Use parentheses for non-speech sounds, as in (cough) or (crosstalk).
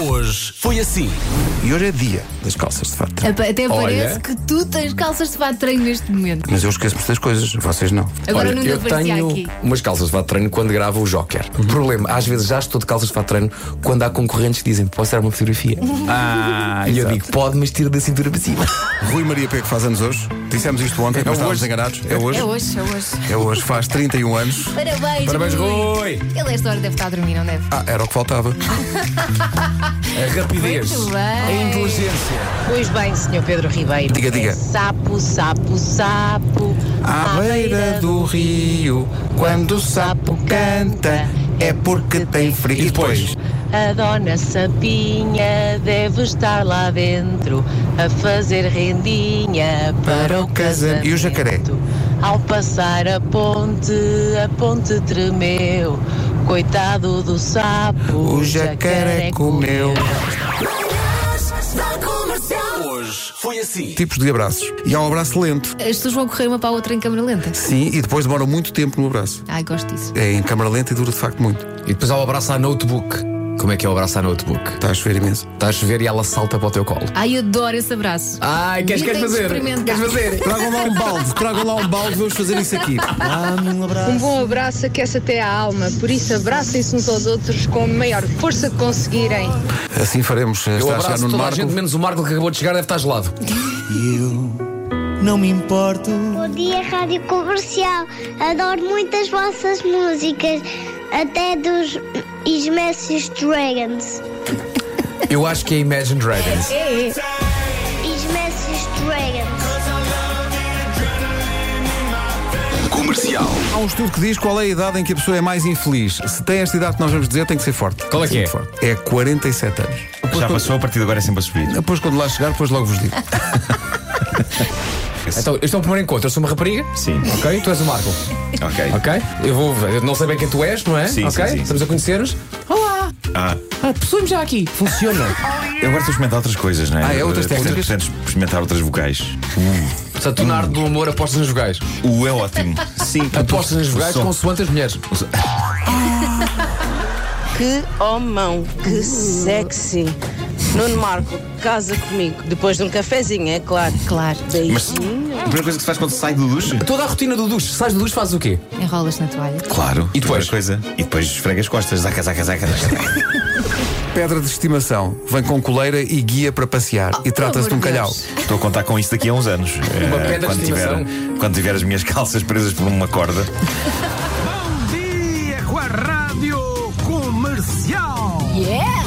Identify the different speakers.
Speaker 1: hoje foi assim.
Speaker 2: E hoje é dia das calças de fato. de treino.
Speaker 3: Apa- Até
Speaker 1: Olha.
Speaker 3: parece que tu tens calças de fato de treino neste momento.
Speaker 2: Mas eu esqueço-me das coisas, vocês não.
Speaker 3: Agora não
Speaker 4: Olha, eu
Speaker 3: deu aparecia
Speaker 4: tenho
Speaker 3: aqui.
Speaker 4: umas calças de fato de treino quando gravo o Joker. O problema, às vezes já estou de calças de fato de treino quando há concorrentes que dizem posso tirar uma fotografia.
Speaker 1: Ah,
Speaker 4: (laughs) e eu digo pode, mas tira da cintura para cima.
Speaker 2: Rui Maria Pego faz anos hoje. Dissemos isto ontem, mas estávamos enganados. É hoje.
Speaker 3: É hoje, é hoje.
Speaker 2: É hoje, faz 31 anos.
Speaker 3: Parabéns,
Speaker 4: Parabéns, Rui.
Speaker 3: Ele esta hora deve estar a dormir, não deve?
Speaker 2: Ah, era o que faltava.
Speaker 4: A rapidez.
Speaker 3: Muito bem.
Speaker 4: A inteligência.
Speaker 5: Pois bem, Sr. Pedro Ribeiro.
Speaker 2: Diga, diga.
Speaker 5: É sapo, sapo, sapo.
Speaker 2: À beira do rio, quando o sapo canta, é porque tem frio. E depois?
Speaker 5: A dona Sapinha deve estar lá dentro a fazer rendinha para o
Speaker 2: casa-
Speaker 5: casamento.
Speaker 2: E o jacaré?
Speaker 5: Ao passar a ponte, a ponte tremeu. Coitado do sapo,
Speaker 2: O jacaré comeu.
Speaker 1: hoje foi assim.
Speaker 2: Tipos de abraços. E há um abraço lento.
Speaker 3: As pessoas vão correr uma para a outra em câmara lenta.
Speaker 2: Sim, e depois demoram muito tempo no abraço.
Speaker 3: Ai, gosto disso.
Speaker 2: É em câmara lenta e dura de facto muito.
Speaker 4: E depois há o abraço à notebook. Como é que é o abraço à notebook?
Speaker 2: Está a chover imenso.
Speaker 4: Está Tá a chover e ela salta para o teu colo.
Speaker 3: Ai, adoro esse abraço.
Speaker 4: Ai, queres,
Speaker 3: Eu
Speaker 4: queres
Speaker 3: tenho que
Speaker 4: fazer?
Speaker 3: experimentar.
Speaker 4: Queres
Speaker 3: (laughs)
Speaker 4: fazer?
Speaker 2: Tragam lá um balde, tragam lá um balde, vamos fazer isso aqui.
Speaker 6: Um bom abraço aquece até a alma, por isso abracem-se uns aos outros com a maior força que conseguirem.
Speaker 2: Assim faremos.
Speaker 4: Eu
Speaker 2: Está a chegar
Speaker 4: abraço
Speaker 2: no
Speaker 4: toda a
Speaker 2: Marco.
Speaker 4: gente, menos o Marco que acabou de chegar, deve estar gelado.
Speaker 7: Não me importo.
Speaker 8: Bom dia, Rádio Comercial. Adoro muito as vossas músicas, até dos Smash Dragons.
Speaker 4: Eu acho que é Imagine Dragons.
Speaker 8: Smash Dragons.
Speaker 1: Comercial.
Speaker 2: Há um estudo que diz qual é a idade em que a pessoa é mais infeliz. Se tem esta idade que nós vamos dizer, tem que ser forte.
Speaker 4: Qual é que
Speaker 2: Sim,
Speaker 4: é?
Speaker 2: Forte. É 47 anos. Depois,
Speaker 9: Já
Speaker 2: quando,
Speaker 9: passou, a partir de agora é sempre a subir.
Speaker 2: depois quando lá chegar, depois logo
Speaker 4: (laughs)
Speaker 2: vos digo.
Speaker 4: Então, este é o primeiro encontro. Eu sou uma rapariga?
Speaker 9: Sim.
Speaker 4: Ok? Tu és o Marco?
Speaker 9: (laughs) Ok.
Speaker 4: Ok? Eu vou ver. Eu não sei bem quem tu és, não é?
Speaker 9: Sim,
Speaker 4: ok?
Speaker 9: sim, sim.
Speaker 4: Estamos a conhecer-nos. Olá!
Speaker 9: Ah,
Speaker 4: Ah, possuímos já aqui. Funciona.
Speaker 9: eu gosto de experimentar outras coisas, não é?
Speaker 2: Ah, é? Outras
Speaker 9: Eu-
Speaker 2: técnicas?
Speaker 9: Portanto, experimentar outras vocais.
Speaker 4: Portanto, tu na arte do amor apostas nos vogais.
Speaker 9: O é ótimo. Sim.
Speaker 4: Apostas nas vogais
Speaker 9: O som.
Speaker 4: consoante as mulheres.
Speaker 10: Que homão, que sexy. Nuno Marco, casa comigo. Depois de um cafezinho, é claro.
Speaker 3: Claro.
Speaker 9: Mas a primeira coisa que se faz quando se sai do duche?
Speaker 4: Toda a rotina do duche. Sais do duche, fazes o quê?
Speaker 3: Enrolas na toalha.
Speaker 9: Claro.
Speaker 4: E depois?
Speaker 9: Primeira coisa. E depois esfrega as costas. Zaca, zaca, zaca, zaca.
Speaker 2: Pedra de estimação. Vem com coleira e guia para passear.
Speaker 1: Oh,
Speaker 2: e trata-se de um
Speaker 3: amor de
Speaker 2: calhau.
Speaker 3: Deus.
Speaker 9: Estou a contar com isso daqui a uns anos.
Speaker 4: Uma
Speaker 9: Eh,
Speaker 4: pedra de
Speaker 9: quando tiver,
Speaker 4: estimação.
Speaker 9: quando tiver as minhas calças presas por uma corda.
Speaker 1: Bom dia é com a rádio comercial.
Speaker 3: Yeah!